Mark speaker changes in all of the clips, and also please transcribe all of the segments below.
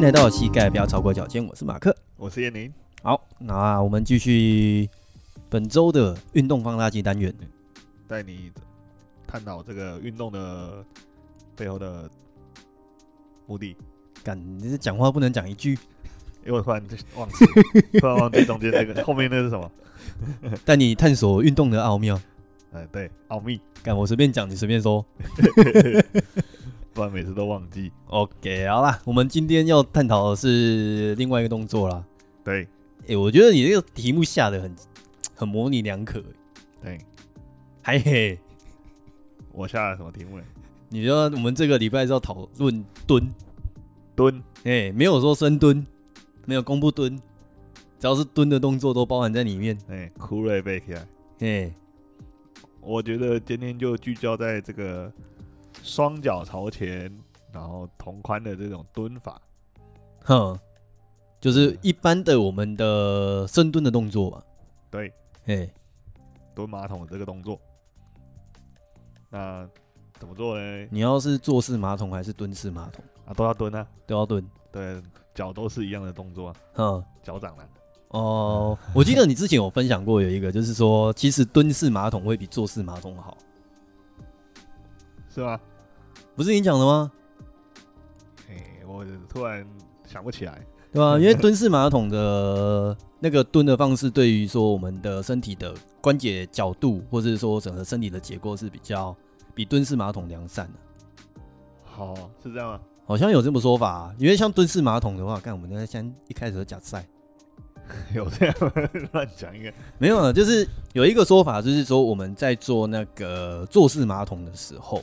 Speaker 1: 来到膝盖不要超过脚尖，我是马克。
Speaker 2: 我是燕宁。
Speaker 1: 好，那我们继续本周的运动放大镜单元。
Speaker 2: 带你探讨这个运动的背后的目的。
Speaker 1: 干，你这讲话不能讲一句，
Speaker 2: 因为我突然就忘记，突然忘记中间这个后 面那是什么？
Speaker 1: 带你探索运动的奥妙。
Speaker 2: 哎，对，奥秘，
Speaker 1: 干，我随便讲，你随便说。
Speaker 2: 不然每次都忘记。
Speaker 1: OK，好啦，我们今天要探讨的是另外一个动作啦。
Speaker 2: 对
Speaker 1: 诶、我觉得你这个题目下的很很模棱两可、
Speaker 2: 对，
Speaker 1: 嗨嘿，
Speaker 2: 我下了什么题目呢？
Speaker 1: 你说我们这个礼拜是要讨论蹲，
Speaker 2: 蹲，
Speaker 1: 诶、没有说深蹲，没有弓步蹲，只要是蹲的动作都包含在里面。
Speaker 2: 哎，酷瑞背起来。
Speaker 1: 诶、
Speaker 2: 我觉得今天就聚焦在这个双脚朝前，然后同宽的这种蹲法。
Speaker 1: 哼，就是一般的我们的深蹲的动作嘛。
Speaker 2: 对，
Speaker 1: 诶、
Speaker 2: 蹲马桶的这个动作。那怎么做呢？
Speaker 1: 你要是坐式马桶还是蹲式马桶，
Speaker 2: 啊，都要蹲啊，
Speaker 1: 都要蹲。
Speaker 2: 对，脚都是一样的动作啊，
Speaker 1: 哼。
Speaker 2: 脚掌啊。
Speaker 1: 哦，我记得你之前有分享过有一个，就是说，其实蹲式马桶会比坐式马桶好，
Speaker 2: 是吗？
Speaker 1: 不是你讲的吗？
Speaker 2: 哎、我突然想不起来。
Speaker 1: 对吧、因为蹲式马桶的那个蹲的方式，对于说我们的身体的关节角度，或者是说整个身体的结构是比较比蹲式马桶良善的、
Speaker 2: 好、是这样吗？
Speaker 1: 好像有这么说法、啊。因为像蹲式马桶的话，看我们在先一开始就假赛，
Speaker 2: 有这样吗乱讲一个。
Speaker 1: 没有啊，就是有一个说法，就是说我们在做那个坐式马桶的时候，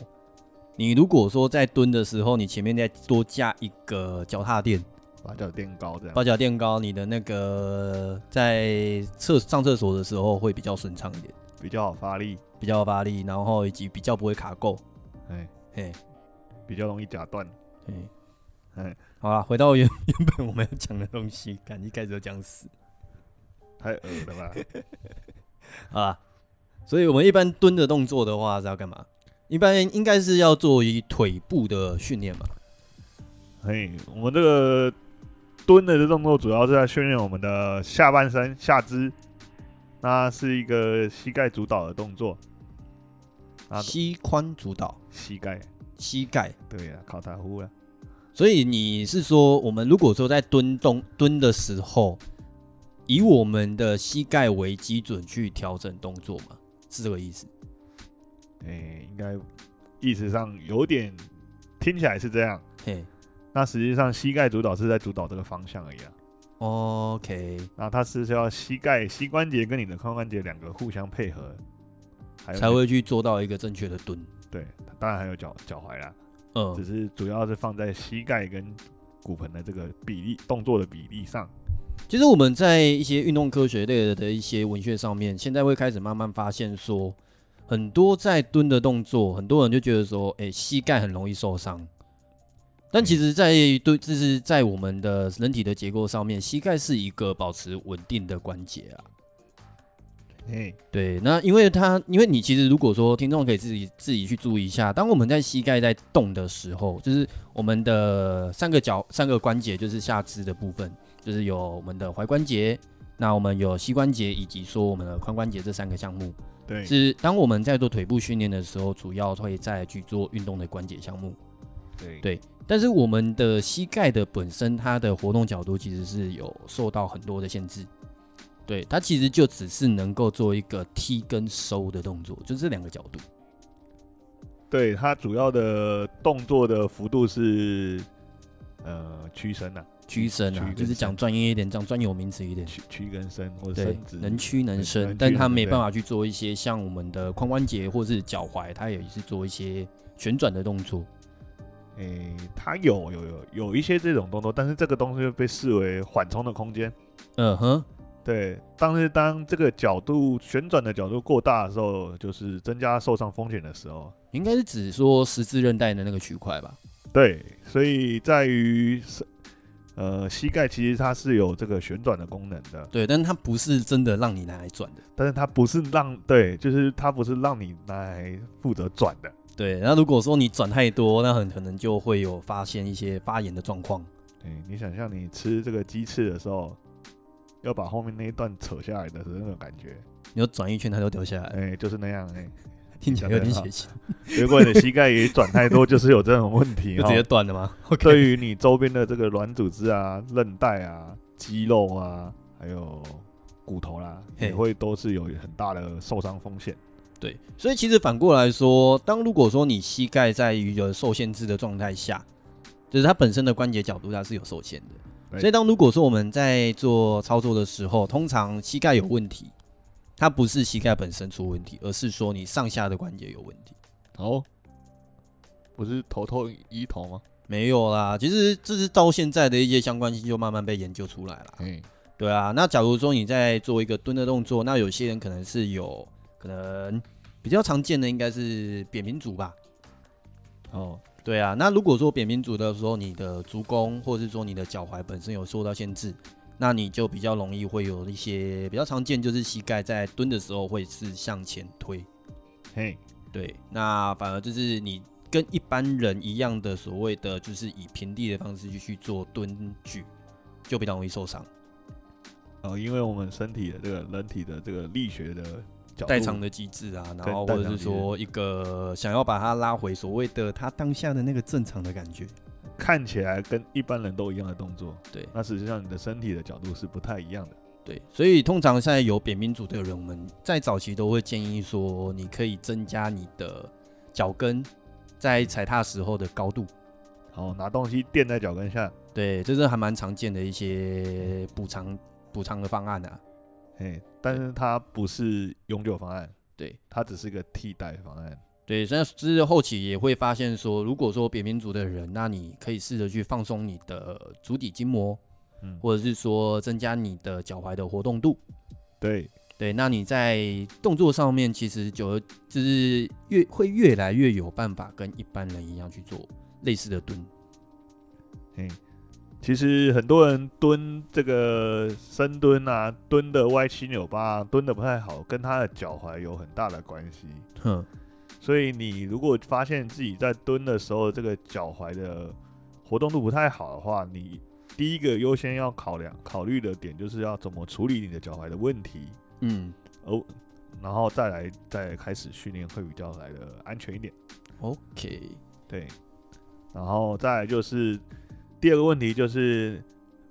Speaker 1: 你如果说在蹲的时候，你前面再多加一个脚踏垫，
Speaker 2: 把脚垫高这样。
Speaker 1: 把脚垫高，你的那个在厕上厕所的时候会比较顺畅一点，
Speaker 2: 比较好发力，
Speaker 1: 比较有发力，然后以及比较不会卡垢。
Speaker 2: 哎、
Speaker 1: 嘿，
Speaker 2: 比较容易夹断。
Speaker 1: 嗯，
Speaker 2: 哎，
Speaker 1: 好啦，回到原 原本我们要讲的东西，感一开始就讲死
Speaker 2: 太恶了吧？
Speaker 1: 啊。所以我们一般蹲的动作的话是要干嘛？一般应该是要做以腿部的训练吧。
Speaker 2: 嘿，我们这个蹲的这动作主要是在训练我们的下半身、下肢，那是一个膝盖主导的动作。啊，
Speaker 1: 膝宽主导
Speaker 2: 膝盖，
Speaker 1: 膝盖，
Speaker 2: 对呀、啊，靠塔呼了。
Speaker 1: 所以你是说，我们如果说在蹲动蹲的时候，以我们的膝盖为基准去调整动作吗？是这个意思？
Speaker 2: 哎、应该意识上有点听起来是这样，
Speaker 1: 嘿
Speaker 2: 那实际上膝盖主导是在主导这个方向而已啊。
Speaker 1: ，OK，
Speaker 2: 那它是要膝盖、膝关节跟你的髋关节两个互相配合，还有
Speaker 1: 才会去做到一个正确的蹲。
Speaker 2: 对，当然还有脚脚踝啦，只
Speaker 1: 嗯，
Speaker 2: 是主要是放在膝盖跟骨盆的这个比例动作的比例上。
Speaker 1: 其实我们在一些运动科学类的一些文学上面，现在会开始慢慢发现说，很多在蹲的动作，很多人就觉得说，哎、膝盖很容易受伤。但其实在，对，就是在我们的人体的结构上面，膝盖是一个保持稳定的关节啊。
Speaker 2: 嘿，
Speaker 1: 对，那因为它，因为你其实如果说听众可以自己自己去注意一下，当我们在膝盖在动的时候，就是我们的三个脚三个关节，就是下肢的部分，就是有我们的踝关节，那我们有膝关节以及说我们的髋关节这三个项目，
Speaker 2: 对，
Speaker 1: 是当我们在做腿部训练的时候，主要会再去做运动的关节项目。
Speaker 2: 对
Speaker 1: 对但是我们的膝盖的本身，它的活动角度其实是有受到很多的限制。对，它其实就只是能够做一个踢跟收的动作，就这两个角度。
Speaker 2: 对，它主要的动作的幅度是呃屈伸呐、
Speaker 1: 屈伸
Speaker 2: 嗯屈
Speaker 1: 啊，
Speaker 2: 跟
Speaker 1: 就是讲专业一点，讲专有名词一点。
Speaker 2: 屈屈跟伸或者
Speaker 1: 对
Speaker 2: 伸，直，
Speaker 1: 能屈能
Speaker 2: 能
Speaker 1: 伸，
Speaker 2: 屈
Speaker 1: 但
Speaker 2: 能
Speaker 1: 它
Speaker 2: 伸
Speaker 1: 没
Speaker 2: 对
Speaker 1: 办法去做一些像我们的髋关节或是脚踝，它也是做一些旋转的动作。
Speaker 2: 诶、它有有有有一些这种动作，但是这个东西就被视为缓冲的空间。
Speaker 1: 嗯哼，
Speaker 2: 对，但是当这个角度旋转的角度过大的时候，就是增加受伤风险的时候。
Speaker 1: 应该是指说十字韧带的那个区块吧？
Speaker 2: 对，所以在于是呃膝盖其实它是有这个旋转的功能的，
Speaker 1: 对，但它不是真的让你拿来转的。
Speaker 2: 但是它不是让对，就是它不是让你来负责转的。
Speaker 1: 对，那如果说你转太多，那很可能就会有发现一些发炎的状况。
Speaker 2: 对你想象你吃这个鸡翅的时候，要把后面那一段扯下来的那种感觉，
Speaker 1: 你要转一圈它就掉下来，
Speaker 2: 哎、就是那样哎、
Speaker 1: 听起来有点血腥，
Speaker 2: 如果你的膝盖也转太多， 就是有这种问题
Speaker 1: 就
Speaker 2: 哈
Speaker 1: 直。接断了吗？OK，
Speaker 2: 对于你周边的这个软组织啊、韧带啊、肌肉啊，还有骨头啦、
Speaker 1: 嘿
Speaker 2: 也会都是有很大的受伤风险。
Speaker 1: 对，所以其实反过来说，当如果说你膝盖在于有受限制的状态下，就是它本身的关节角度它是有受限的。
Speaker 2: 对
Speaker 1: 所以当如果说我们在做操作的时候，通常膝盖有问题，它不是膝盖本身出问题，而是说你上下的关节有问题。
Speaker 2: 哦，不是头痛医头吗？
Speaker 1: 没有啦，其实这是到现在的一些相关性就慢慢被研究出来了。
Speaker 2: 哎、
Speaker 1: 对啊，那假如说你在做一个蹲的动作，那有些人可能是有可能比较常见的应该是扁平足吧。
Speaker 2: 哦，
Speaker 1: 对啊，那如果说扁平足的时候，你的足弓或是说你的脚踝本身有受到限制，那你就比较容易会有一些比较常见，就是膝盖在蹲的时候会是向前推。
Speaker 2: 嘿，
Speaker 1: 对，那反而就是你跟一般人一样的所谓的就是以平地的方式去去做蹲举，就比较容易受伤。
Speaker 2: 哦，因为我们身体的这个人体的这个力学的角度，
Speaker 1: 代偿的机制啊，然后或者是说一个想要把它拉回所谓的它当下的那个正常的感觉。
Speaker 2: 看起来跟一般人都一样的动作，
Speaker 1: 对
Speaker 2: 那实际上你的身体的角度是不太一样的。
Speaker 1: 对，所以通常现在有扁平足的人，我们在早期都会建议说，你可以增加你的脚跟在踩踏时候的高度。
Speaker 2: 好，拿东西垫在脚跟下，
Speaker 1: 对，这是还蛮常见的一些补偿补偿的方案啊。
Speaker 2: 嘿，但是它不是永久方案，
Speaker 1: 对
Speaker 2: 它只是一个替代方案。
Speaker 1: 对，所以之后期也会发现说，如果说扁平足的人，那你可以试着去放松你的足底筋膜，
Speaker 2: 嗯，
Speaker 1: 或者是说增加你的脚踝的活动度。
Speaker 2: 对，
Speaker 1: 对，那你在动作上面，其实就就是越会越来越有办法跟一般人一样去做类似的蹲。
Speaker 2: 嘿，其实很多人蹲这个深蹲啊，蹲的歪七扭八，蹲的不太好，跟他的脚踝有很大的关系。
Speaker 1: 哼，
Speaker 2: 所以你如果发现自己在蹲的时候这个脚踝的活动度不太好的话，你第一个优先要考量考虑的点就是要怎么处理你的脚踝的问题，
Speaker 1: 嗯，
Speaker 2: 哦，然后再来再开始训练会比较来的安全一点。
Speaker 1: OK，
Speaker 2: 对，然后再来就是第二个问题就是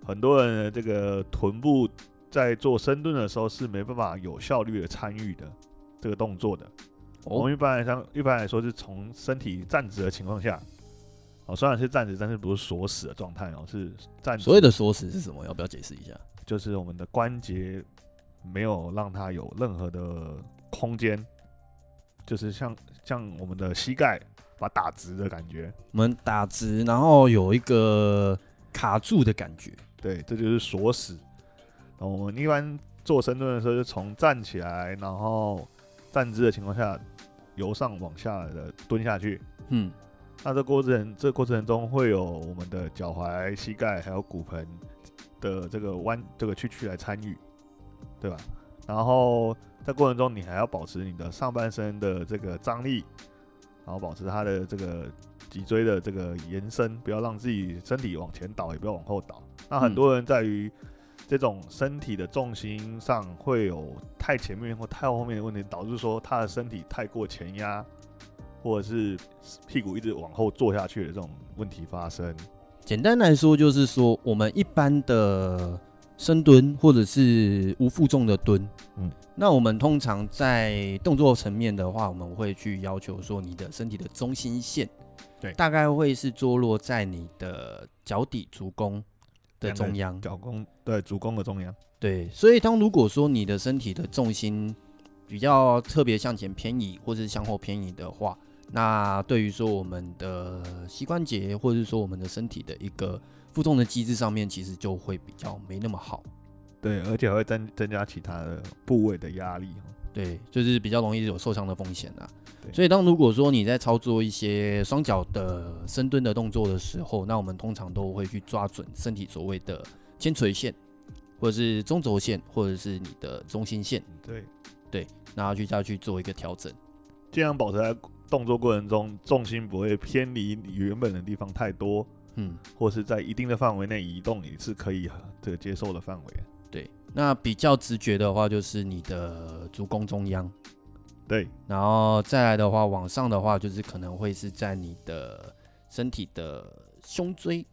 Speaker 2: 很多人的这个臀部在做深蹲的时候是没办法有效率的参与的这个动作的。我
Speaker 1: 哦
Speaker 2: 们一般来上一般来说是从身体站直的情况下，哦，虽然是站直，但是不是锁死的状态哦，是站直
Speaker 1: 所谓的锁死是什么？要不要解释一下？
Speaker 2: 就是我们的关节没有让它有任何的空间，就是像像我们的膝盖把它打直的感觉，
Speaker 1: 我们打直，然后有一个卡住的感觉。
Speaker 2: 对，这就是锁死。然后我们一般做深蹲的时候，就从站起来，然后站直的情况下，由上往下的蹲下去。
Speaker 1: 嗯，
Speaker 2: 那这过程这过程中会有我们的脚踝、膝盖还有骨盆的这个弯这个区区来参与，对吧？然后在过程中你还要保持你的上半身的这个张力，然后保持它的这个脊椎的这个延伸，不要让自己身体往前倒，也不要往后倒。那很多人在于这种身体的重心上会有太前面或太后面的问题，导致说他的身体太过前压，或者是屁股一直往后坐下去的这种问题发生。
Speaker 1: 简单来说就是说，我们一般的深蹲或者是无负重的蹲，嗯
Speaker 2: 嗯，
Speaker 1: 那我们通常在动作层面的话，我们会去要求说你的身体的中心线，
Speaker 2: 对
Speaker 1: 大概会是坐落在你的脚底足弓的
Speaker 2: 两个
Speaker 1: 中央，
Speaker 2: 脚弓对足弓的中央，
Speaker 1: 对，所以当如果说你的身体的重心比较特别向前偏移或者是向后偏移的话，那对于说我们的膝关节或者是说我们的身体的一个负重的机制上面，其实就会比较没那么好。
Speaker 2: 对，而且还会增增加其他的部位的压力哦。
Speaker 1: 对，就是比较容易有受伤的风险啊。
Speaker 2: 对
Speaker 1: 所以当如果说你在操作一些双脚的深蹲的动作的时候，那我们通常都会去抓准身体所谓的肩垂线，或者是中轴线，或者是你的中心线。
Speaker 2: 对，
Speaker 1: 然后去再去做一个调整。
Speaker 2: 尽量保持在动作过程中重心不会偏离原本的地方太多，
Speaker 1: 嗯，
Speaker 2: 或是在一定的范围内移动，也是可以 呃这个接受的范围。啊
Speaker 1: 对。那比较直觉的话，就是你的足弓中央，
Speaker 2: 对，
Speaker 1: 然后再来的话，往上的话，就是可能会是在你的身体的胸椎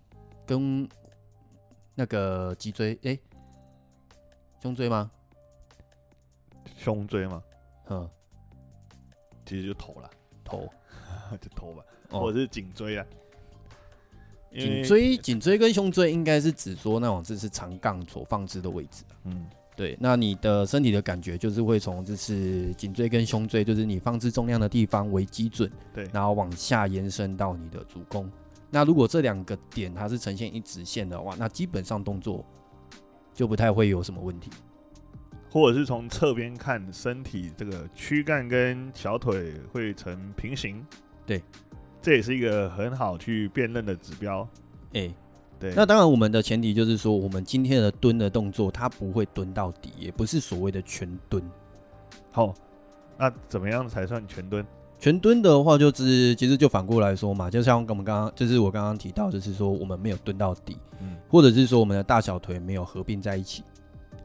Speaker 1: 跟那个脊椎，诶，胸椎吗？
Speaker 2: 胸椎嘛，
Speaker 1: 嗯，
Speaker 2: 其实就头啦，
Speaker 1: 头
Speaker 2: 就头吧，或
Speaker 1: 哦，
Speaker 2: 者是颈椎啊。因为
Speaker 1: 颈，椎、颈椎跟胸椎应该是指说那种这是长杠所放置的位置。
Speaker 2: 嗯，
Speaker 1: 对，那你的身体的感觉就是会从就是颈椎跟胸椎，就是你放置重量的地方为基准，
Speaker 2: 对，
Speaker 1: 然后往下延伸到你的足弓。那如果这两个点它是呈现一直线的话，那基本上动作就不太会有什么问题。
Speaker 2: 或者是从侧边看身体这个躯干跟小腿会呈平行，
Speaker 1: 对，
Speaker 2: 这也是一个很好去辨认的指标。
Speaker 1: 哎、
Speaker 2: 对，
Speaker 1: 那当然我们的前提就是说，我们今天的蹲的动作它不会蹲到底，也不是所谓的全蹲。
Speaker 2: 好，那怎么样才算全蹲？
Speaker 1: 全蹲的话，就是其实就反过来说嘛，就像我们刚刚，就是我刚刚提到，就是说我们没有蹲到底，
Speaker 2: 嗯，
Speaker 1: 或者是说我们的大小腿没有合并在一起。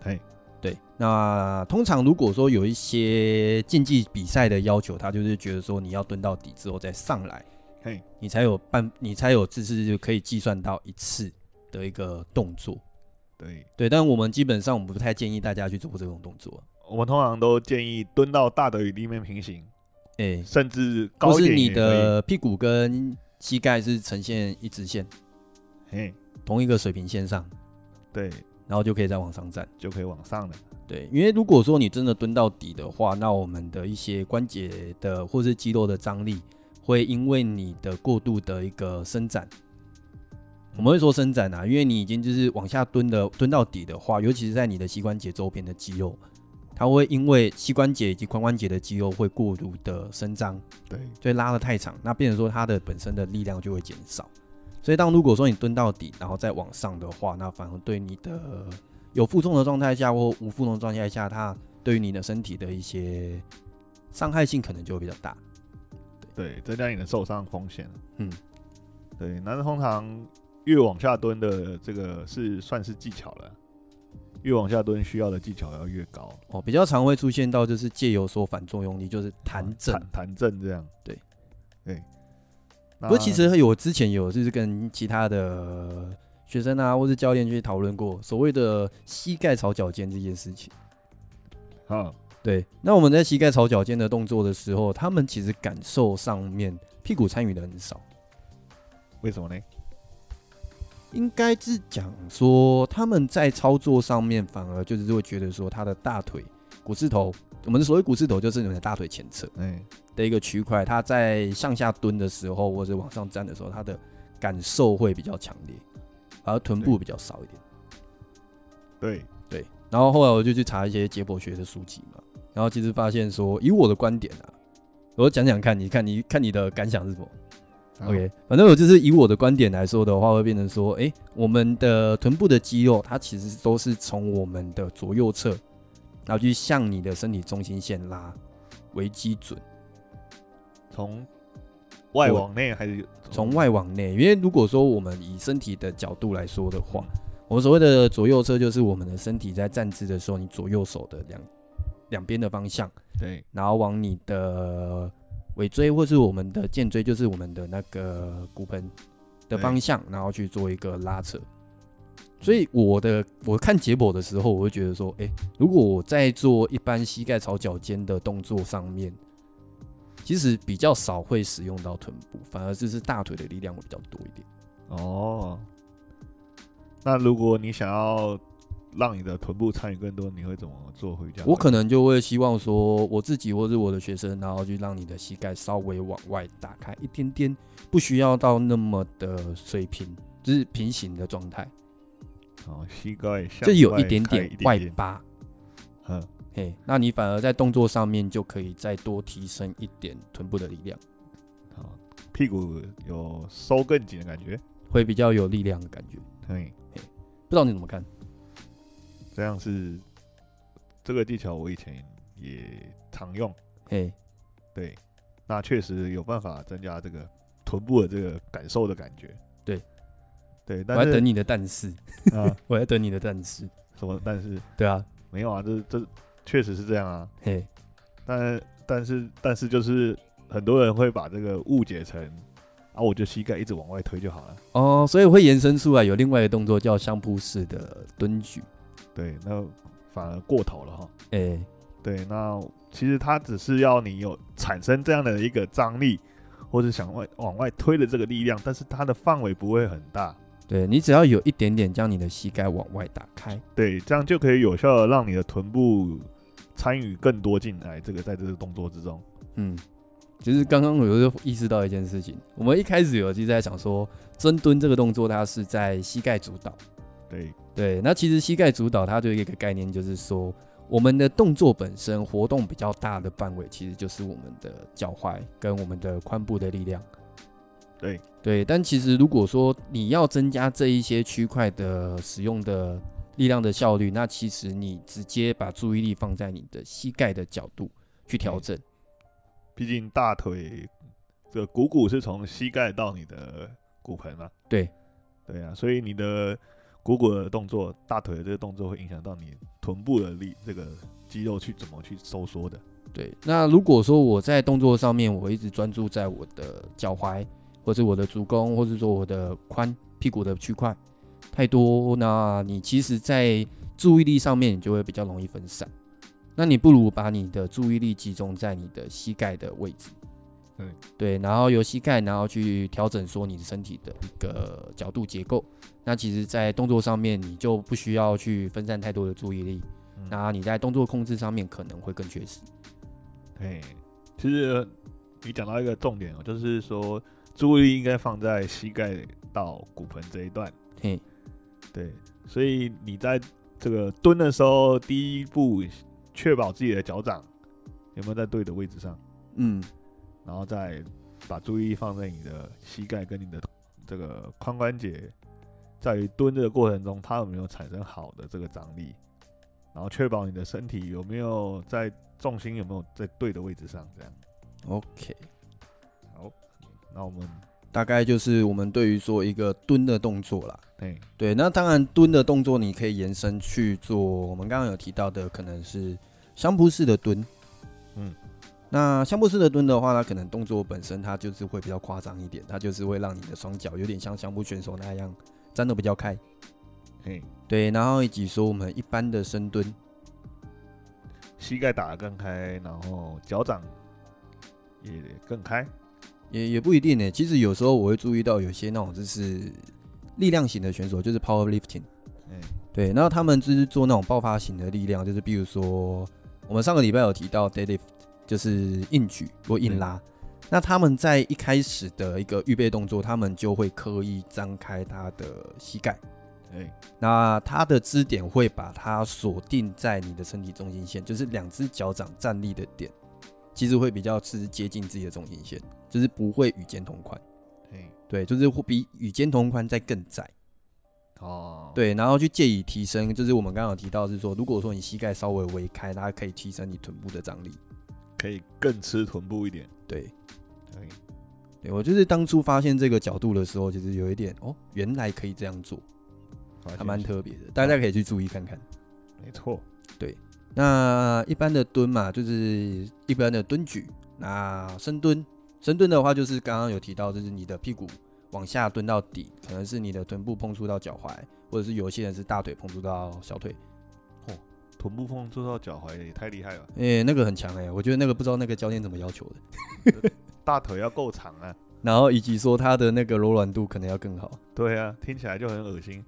Speaker 2: 嘿，
Speaker 1: 对，那通常如果说有一些竞技比赛的要求，他就是觉得说你要蹲到底之后再上来，
Speaker 2: 嘿，
Speaker 1: 你才有办，你才有这是就可以计算到一次的一个动作。
Speaker 2: 对，
Speaker 1: 对，但我们基本上我们不太建议大家去做这种动作。
Speaker 2: 我们通常都建议蹲到大腿与地面平行，
Speaker 1: 哎、
Speaker 2: 甚至
Speaker 1: 或
Speaker 2: 高
Speaker 1: 是
Speaker 2: 一点
Speaker 1: 你
Speaker 2: 也可
Speaker 1: 的屁股跟膝盖是呈现一直线，
Speaker 2: 以，嘿，
Speaker 1: 同一个水平线上，
Speaker 2: 对，
Speaker 1: 然后就可以再往上站。
Speaker 2: 就可以往上了。
Speaker 1: 对，因为如果说你真的蹲到底的话，那我们的一些关节的或是肌肉的张力，会因为你的过度的一个伸展，我们会说伸展啊，因为你已经就是往下蹲的蹲到底的话，尤其是在你的膝关节周边的肌肉，它会因为膝关节以及髋关节的肌肉会过度的伸张，
Speaker 2: 对，
Speaker 1: 所以拉得太长，那变成说它的本身的力量就会减少。所以当如果说你蹲到底，然后再往上的话，那反而对你的呃有负重的状态下或无负重的状态下，它对于你的身体的一些伤害性可能就会比较大。
Speaker 2: 对，增加你的受伤风险。
Speaker 1: 嗯，
Speaker 2: 对，那通常越往下蹲的这个是算是技巧了，越往下蹲需要的技巧要越高，
Speaker 1: 哦，比较常会出现到就是借由说反作用力，就是弹震。
Speaker 2: 弹弹正这样。
Speaker 1: 对，
Speaker 2: 对。
Speaker 1: 不
Speaker 2: 不
Speaker 1: 过其实有之前有就是跟其他的学生啊或是教练去讨论过所谓的膝盖朝脚尖这件事情。
Speaker 2: 啊，
Speaker 1: 对，那我们在膝盖朝脚尖的动作的时候，他们其实感受上面屁股参与的很少，
Speaker 2: 为什么呢？
Speaker 1: 应该是讲说他们在操作上面反而就是会觉得说他的大腿股四头，我们所谓股四头就是你们的大腿前侧
Speaker 2: 哎，
Speaker 1: 的一个区块，它在向下蹲的时候或者往上站的时候，它的感受会比较强烈，而臀部比较少一点。
Speaker 2: 对，
Speaker 1: 对，然后后来我就去查一些解剖学的书籍嘛，然后其实发现说，以我的观点啊，我讲讲看，你看你看你的感想是什么、o
Speaker 2: 啊哦
Speaker 1: k 反正我就是以我的观点来说的话，会变成说，诶，我们的臀部的肌肉，它其实都是从我们的左右侧，然后去向你的身体中心线拉为基准，
Speaker 2: 从外往内还是
Speaker 1: 从外往内。因为如果说我们以身体的角度来说的话，我们所谓的左右侧就是我们的身体在站姿的时候，你左右手的两两边的方向。
Speaker 2: 对
Speaker 1: 然后往你的尾椎或是我们的剑椎，就是我们的那个骨盆的方向，然后去做一个拉扯。所以我的我看解剖的时候，我会觉得说，诶，如果我在做一般膝盖朝脚尖的动作上面，其实比较少会使用到臀部，反而就是大腿的力量会比较多一点。
Speaker 2: 哦。那如果你想要让你的臀部参与更多，你会怎么做回家？
Speaker 1: 我可能就会希望说，我自己或是我的学生，然后去让你的膝盖稍微往外打开一点点，不需要到那么的水平，就是平行的状态，
Speaker 2: 哦，膝盖向
Speaker 1: 就有一
Speaker 2: 外
Speaker 1: 点
Speaker 2: 开一
Speaker 1: 点
Speaker 2: 点
Speaker 1: 外
Speaker 2: 点
Speaker 1: 八。
Speaker 2: 嗯，
Speaker 1: 嘿，那你反而在动作上面就可以再多提升一点臀部的力量，
Speaker 2: 好，屁股有收更紧的感觉，
Speaker 1: 会比较有力量的感觉。
Speaker 2: 可以，
Speaker 1: 不知道你怎么看？
Speaker 2: 这样是这个技巧，我以前也常用，
Speaker 1: 嘿，
Speaker 2: 对，那确实有办法增加这个臀部的这个感受的感觉，
Speaker 1: 对，
Speaker 2: 对，
Speaker 1: 我
Speaker 2: 但
Speaker 1: 在
Speaker 2: 是
Speaker 1: 等你的但是，
Speaker 2: 啊，
Speaker 1: 我在等你的但是，
Speaker 2: 什么？但是
Speaker 1: 对啊，
Speaker 2: 没有啊，这这确实是这样啊。
Speaker 1: 嘿，
Speaker 2: 但但是但是就是很多人会把这个误解成啊，我就膝盖一直往外推就好了。
Speaker 1: 哦，所以会延伸出来有另外一个动作叫相扑式的蹲举，
Speaker 2: 对，那反而过头了哈。
Speaker 1: 哎、
Speaker 2: 对，那其实它只是要你有产生这样的一个张力，或者想外往外推的这个力量，但是它的范围不会很大。
Speaker 1: 对你只要有一点点将你的膝盖往外打开，
Speaker 2: 对，这样就可以有效的让你的臀部参与更多进来，这个在这个动作之中。
Speaker 1: 嗯，其实刚刚我就意识到一件事情，我们一开始有就在想说，深蹲这个动作它是在膝盖主导，
Speaker 2: 对，
Speaker 1: 对，那其实膝盖主导它对一个概念就是说，我们的动作本身活动比较大的范围，其实就是我们的脚踝跟我们的髋部的力量。
Speaker 2: 对
Speaker 1: 对，但其实如果说你要增加这一些区块的使用的力量的效率，那其实你直接把注意力放在你的膝盖的角度去调整。
Speaker 2: 毕竟大腿的股骨是从膝盖到你的骨盆嘛。
Speaker 1: 对，
Speaker 2: 对啊，所以你的股骨的动作、大腿的这个动作会影响到你臀部的力，这个肌肉去怎么去收缩的。
Speaker 1: 对，那如果说我在动作上面，我一直专注在我的脚踝，或是我的足弓，或是说我的髋屁股的区块太多，那你其实，在注意力上面，你就会比较容易分散。那你不如把你的注意力集中在你的膝盖的位置，
Speaker 2: 对
Speaker 1: 对，然后由膝盖，然后去调整说你的身体的一个角度结构。那其实，在动作上面，你就不需要去分散太多的注意力，
Speaker 2: 嗯
Speaker 1: 那你在动作控制上面可能会更确实。
Speaker 2: 哎，其实你讲到一个重点哦，就是说注意力应该放在膝盖到骨盆这一段。
Speaker 1: 嘿，
Speaker 2: 对，所以你在这个蹲的时候，第一步确保自己的脚掌有没有在对的位置上，
Speaker 1: 嗯，
Speaker 2: 然后再把注意力放在你的膝盖跟你的这个髋关节，在于蹲这个过程中，它有没有产生好的这个张力，然后确保你的身体有没有在重心有没有在对的位置上，这样。
Speaker 1: OK，
Speaker 2: 好，那我们
Speaker 1: 大概就是我们对于做一个蹲的动作啦。
Speaker 2: 对
Speaker 1: 对，那当然蹲的动作你可以延伸去做，我们刚刚有提到的可能是相扑式的蹲。
Speaker 2: 嗯，
Speaker 1: 那相扑式的蹲的话，它可能动作本身它就是会比较夸张一点，它就是会让你的双脚有点像相扑选手那样站得比较开。
Speaker 2: 嘿，
Speaker 1: 对，然后以及说我们一般的深蹲，
Speaker 2: 膝盖打得更开，然后脚掌也更开。
Speaker 1: 也也不一定呢、其实有时候我会注意到有些那种就是力量型的选手，就是 power lifting。
Speaker 2: 嗯，
Speaker 1: 对，然后他们就是做那种爆发型的力量，就是比如说我们上个礼拜有提到 deadlift，就是硬举或硬拉。那他们在一开始的一个预备动作，他们就会刻意张开他的膝盖，
Speaker 2: 哎，
Speaker 1: 那他的支点会把它锁定在你的身体中心线，就是两只脚掌站立的点，其实会比较是接近自己的中心线，就是不会与肩同宽。
Speaker 2: 嘿，
Speaker 1: 对，就是会比与肩同宽再更窄。
Speaker 2: 哦，，
Speaker 1: 对，然后去借以提升，就是我们刚刚有提到是说，如果说你膝盖稍微微开，它可以提升你臀部的张力。
Speaker 2: 可以更吃臀部一点。
Speaker 1: 对，
Speaker 2: 对，
Speaker 1: 对我就是当初发现这个角度的时候，其实有一点哦，原来可以这样做，
Speaker 2: 发
Speaker 1: 还
Speaker 2: 现
Speaker 1: 蛮特别的，大家可以去注意看看。
Speaker 2: 没错。
Speaker 1: 那一般的蹲嘛，就是一般的蹲举，那深蹲，深蹲的话就是刚刚有提到，就是你的屁股往下蹲到底，可能是你的臀部碰触到脚踝，或者是有些人是大腿碰触到小腿，
Speaker 2: 臀部碰触到脚踝也太厉害了，
Speaker 1: 诶、那个很强诶、我觉得那个不知道那个教练怎么要求的。
Speaker 2: 大腿要够长啊。
Speaker 1: 然后以及说它的那个柔软度可能要更好，
Speaker 2: 对啊，听起来就很恶心。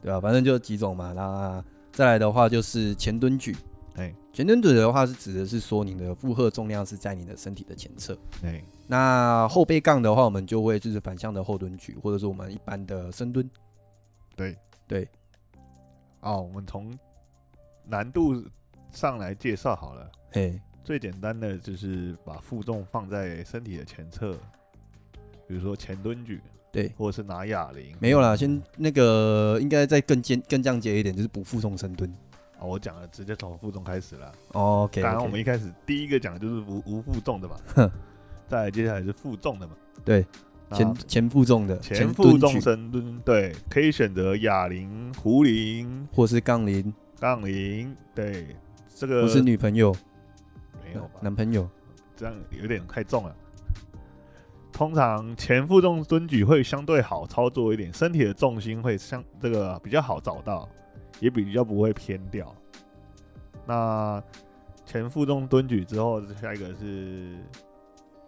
Speaker 1: 对吧、反正就几种嘛。那再来的话就是前蹲举，
Speaker 2: 哎
Speaker 1: 前蹲举的话是指的是说你的负荷重量是在你的身体的前侧。
Speaker 2: 哎，
Speaker 1: 那后背杠的话，我们就会就是反向的后蹲举，或者是我们一般的深蹲。
Speaker 2: 哦，我们从难度上来介绍好了。
Speaker 1: 嘿，
Speaker 2: 最简单的就是把负重放在身体的前侧，比如说前蹲举，
Speaker 1: 对，
Speaker 2: 或者是拿哑铃。
Speaker 1: 没有啦，先那个应该再更尖更降阶一点，就是不负重深蹲。
Speaker 2: 啊，我讲了，直接从负重开始了。
Speaker 1: OK，,
Speaker 2: 当然，我们一开始第一个讲的就是无无负重的嘛
Speaker 1: 哼，
Speaker 2: 再来接下来是负重的嘛。
Speaker 1: 对，前前负重的
Speaker 2: 前
Speaker 1: 蹲
Speaker 2: 负重
Speaker 1: 举
Speaker 2: 深蹲，对，可以选择哑铃、壶铃、
Speaker 1: 或是杠铃，
Speaker 2: 杠铃，对，这
Speaker 1: 或
Speaker 2: 个
Speaker 1: 是女朋友、
Speaker 2: 没有吧？
Speaker 1: 男朋友，
Speaker 2: 这样有点太重了。通常前负重蹲举会相对好操作一点，身体的重心会相这个比较好找到，也比较不会偏掉。那前负重蹲举之后，下一个是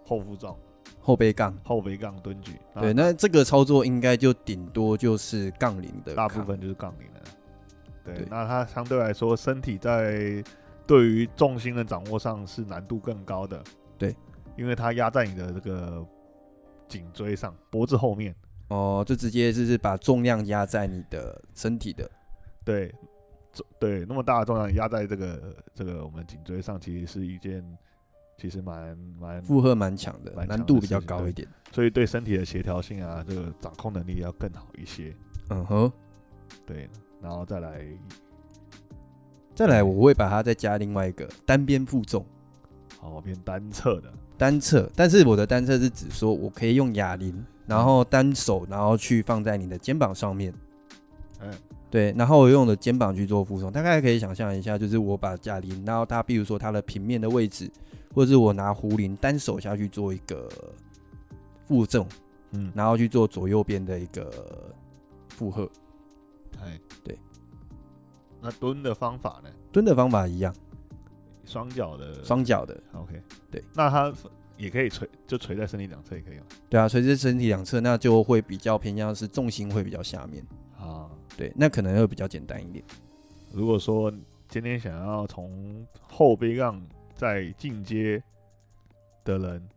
Speaker 2: 后负重、
Speaker 1: 后背杠。
Speaker 2: 后背杠蹲举。那
Speaker 1: 对，那这个操作应该就顶多就是杠铃的
Speaker 2: 大
Speaker 1: 杠
Speaker 2: 部分就是杠铃了。对，
Speaker 1: 对
Speaker 2: 那它相对来说，身体在对于重心的掌握上是难度更高的。
Speaker 1: 对，
Speaker 2: 因为它压在你的这个颈椎上、脖子后面。
Speaker 1: 哦，就直接就是把重量压在你的身体的
Speaker 2: 对，这对那么大的重量压在这个这个我们颈椎上，其实是一件其实蛮蛮，
Speaker 1: 负荷蛮强的，
Speaker 2: 蛮强
Speaker 1: 难
Speaker 2: 的
Speaker 1: 度
Speaker 2: 事
Speaker 1: 比较
Speaker 2: 情
Speaker 1: 高
Speaker 2: 对
Speaker 1: 一点。
Speaker 2: 所以对身体的协调性啊，这个掌控能力要更好一些。
Speaker 1: 嗯哼，
Speaker 2: 对，然后再来
Speaker 1: 再来我会把它再加另外一个单边负重
Speaker 2: 哦变单侧的，
Speaker 1: 单侧，但是我的单侧是指说我可以用哑铃，然后单手，然后去放在你的肩膀上面。
Speaker 2: 嗯，
Speaker 1: 对，然后我用我的肩膀去做负重，大概可以想象一下，就是我把哑铃，然后它比如说它的平面的位置，或者是我拿壶铃单手下去做一个负重，
Speaker 2: 嗯，
Speaker 1: 然后去做左右边的一个负荷。
Speaker 2: 哎，
Speaker 1: 对。
Speaker 2: 那蹲的方法呢？
Speaker 1: 蹲的方法一样，
Speaker 2: 双脚的
Speaker 1: 双脚的，
Speaker 2: ，OK，
Speaker 1: 对。
Speaker 2: 那它也可以垂，就垂在身体两侧也可以吗？
Speaker 1: 对啊，垂直身体两侧，那就会比较偏向是重心会比较下面，
Speaker 2: 啊，
Speaker 1: 对，那可能会比较简单一点。
Speaker 2: 如果说今天想要从后背杠再进阶的人，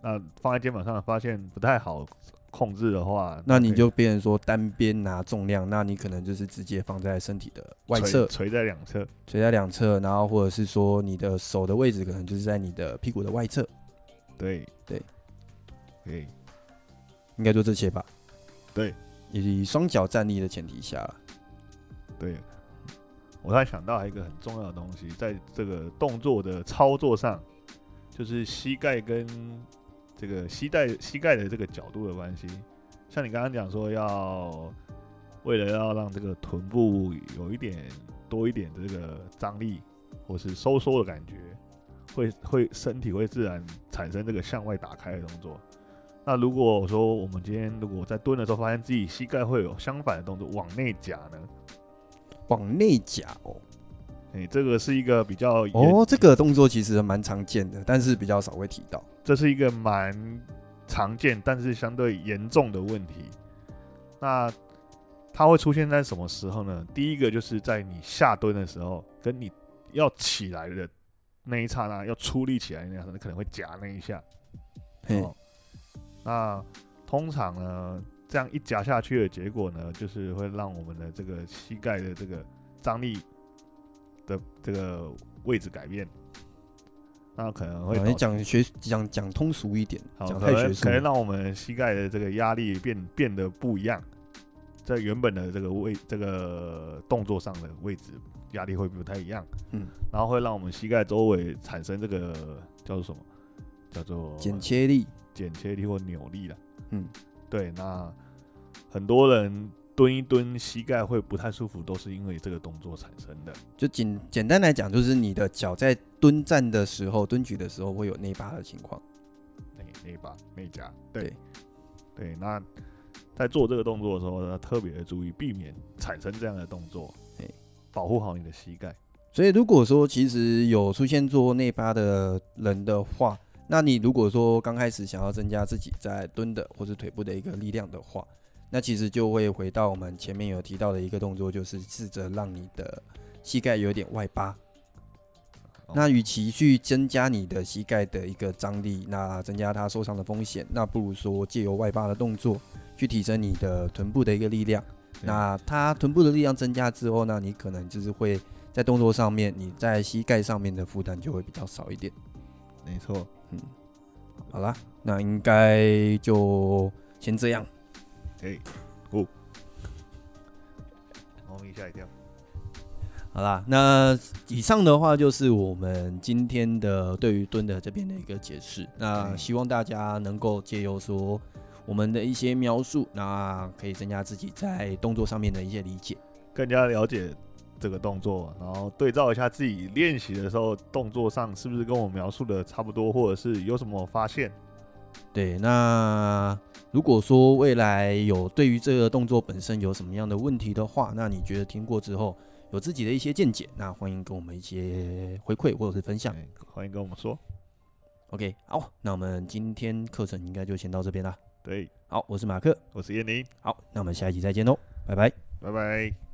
Speaker 2: 那放在肩膀上发现不太好控制的话，
Speaker 1: 那你
Speaker 2: 可以
Speaker 1: 就变成说单边拿重量，那你可能就是直接放在身体的外
Speaker 2: 垂
Speaker 1: 侧，
Speaker 2: 垂在两侧，
Speaker 1: 垂在两侧，然后或者是说你的手的位置可能就是在你的屁股的外侧，
Speaker 2: 对
Speaker 1: 对，
Speaker 2: 可以，
Speaker 1: 应该就这些吧。
Speaker 2: 对，
Speaker 1: 以双脚站立的前提下啦，
Speaker 2: 对。我突然想到一个很重要的东西，在这个动作的操作上，就是膝盖跟这个膝盖膝盖的这个角度的关系。像你刚刚讲说要为了要让这个臀部有一点多一点的这个张力或是收缩的感觉，会会身体会自然产生这个向外打开的动作。那如果说我们今天如果在蹲的时候发现自己膝盖会有相反的动作往内夹呢，
Speaker 1: 往内夹哦。
Speaker 2: 哎、这个是一个比较严
Speaker 1: 哦，这个动作其实蛮常见的，但是比较少会提到。
Speaker 2: 这是一个蛮常见，但是相对严重的问题。那它会出现在什么时候呢？第一个就是在你下蹲的时候，跟你要起来的那一刹那，要出力起来的那一刹那，你可能会夹那一下。
Speaker 1: 嘿，
Speaker 2: 哦，那通常呢，这样一夹下去的结果呢，就是会让我们的这个膝盖的这个张力的这个位置改变，那可能会
Speaker 1: 哦
Speaker 2: 导
Speaker 1: 你
Speaker 2: 致
Speaker 1: 讲学讲讲通俗一点，
Speaker 2: 好，
Speaker 1: 讲
Speaker 2: 可
Speaker 1: 太
Speaker 2: 能
Speaker 1: 学术
Speaker 2: 可能
Speaker 1: 了。
Speaker 2: 让我们膝盖的这个压力变变得不一样，在原本的这个位这个动作上的位置压力会不太一样，
Speaker 1: 嗯，
Speaker 2: 然后会让我们膝盖周围产生这个叫做什么？叫做
Speaker 1: 剪切力，
Speaker 2: 剪切力或扭力了。
Speaker 1: 嗯，
Speaker 2: 对，那很多人蹲一蹲膝盖会不太舒服，都是因为这个动作产生的。
Speaker 1: 就简简单来讲，就是你的脚在蹲站的时候、蹲举的时候会有内八的情况。
Speaker 2: 那那一把那一家，对对，那在做这个动作的时候呢，特别注意避免产生这样的动作
Speaker 1: 哎，
Speaker 2: 保护好你的膝盖。
Speaker 1: 所以如果说其实有出现做内八的人的话，那你如果说刚开始想要增加自己在蹲的或是腿部的一个力量的话，那其实就会回到我们前面有提到的一个动作，就是试着让你的膝盖有点外八。
Speaker 2: 哦
Speaker 1: 那与其去增加你的膝盖的一个张力，那增加它受伤的风险，那不如说借由外八的动作去提升你的臀部的一个力量。
Speaker 2: 对
Speaker 1: 那它臀部的力量增加之后，那你可能就是会在动作上面，你在膝盖上面的负担就会比较少一点。
Speaker 2: 没错，
Speaker 1: 嗯，好啦，那应该就先这样。
Speaker 2: 猫咪吓一跳。
Speaker 1: 好啦，那以上的话就是我们今天的对于蹲的这边的一个解释。那
Speaker 2: 对
Speaker 1: 希望大家能够借由说我们的一些描述，那可以增加自己在动作上面的一些理解。
Speaker 2: 更加了解这个动作，然后对照一下自己练习的时候动作上是不是跟我描述的差不多，或者是有什么发现。
Speaker 1: 对，那如果说未来有对于这个动作本身有什么样的问题的话，那你觉得听过之后有自己的一些见解，那欢迎跟我们一些回馈或者是分享。
Speaker 2: 哎欢迎跟我们说。
Speaker 1: OK，好，那我们今天课程应该就先到这边啦。
Speaker 2: 对，
Speaker 1: 好，我是马克，
Speaker 2: 我是燕妮，
Speaker 1: 好，那我们下一集再见喽，拜拜。
Speaker 2: 拜拜。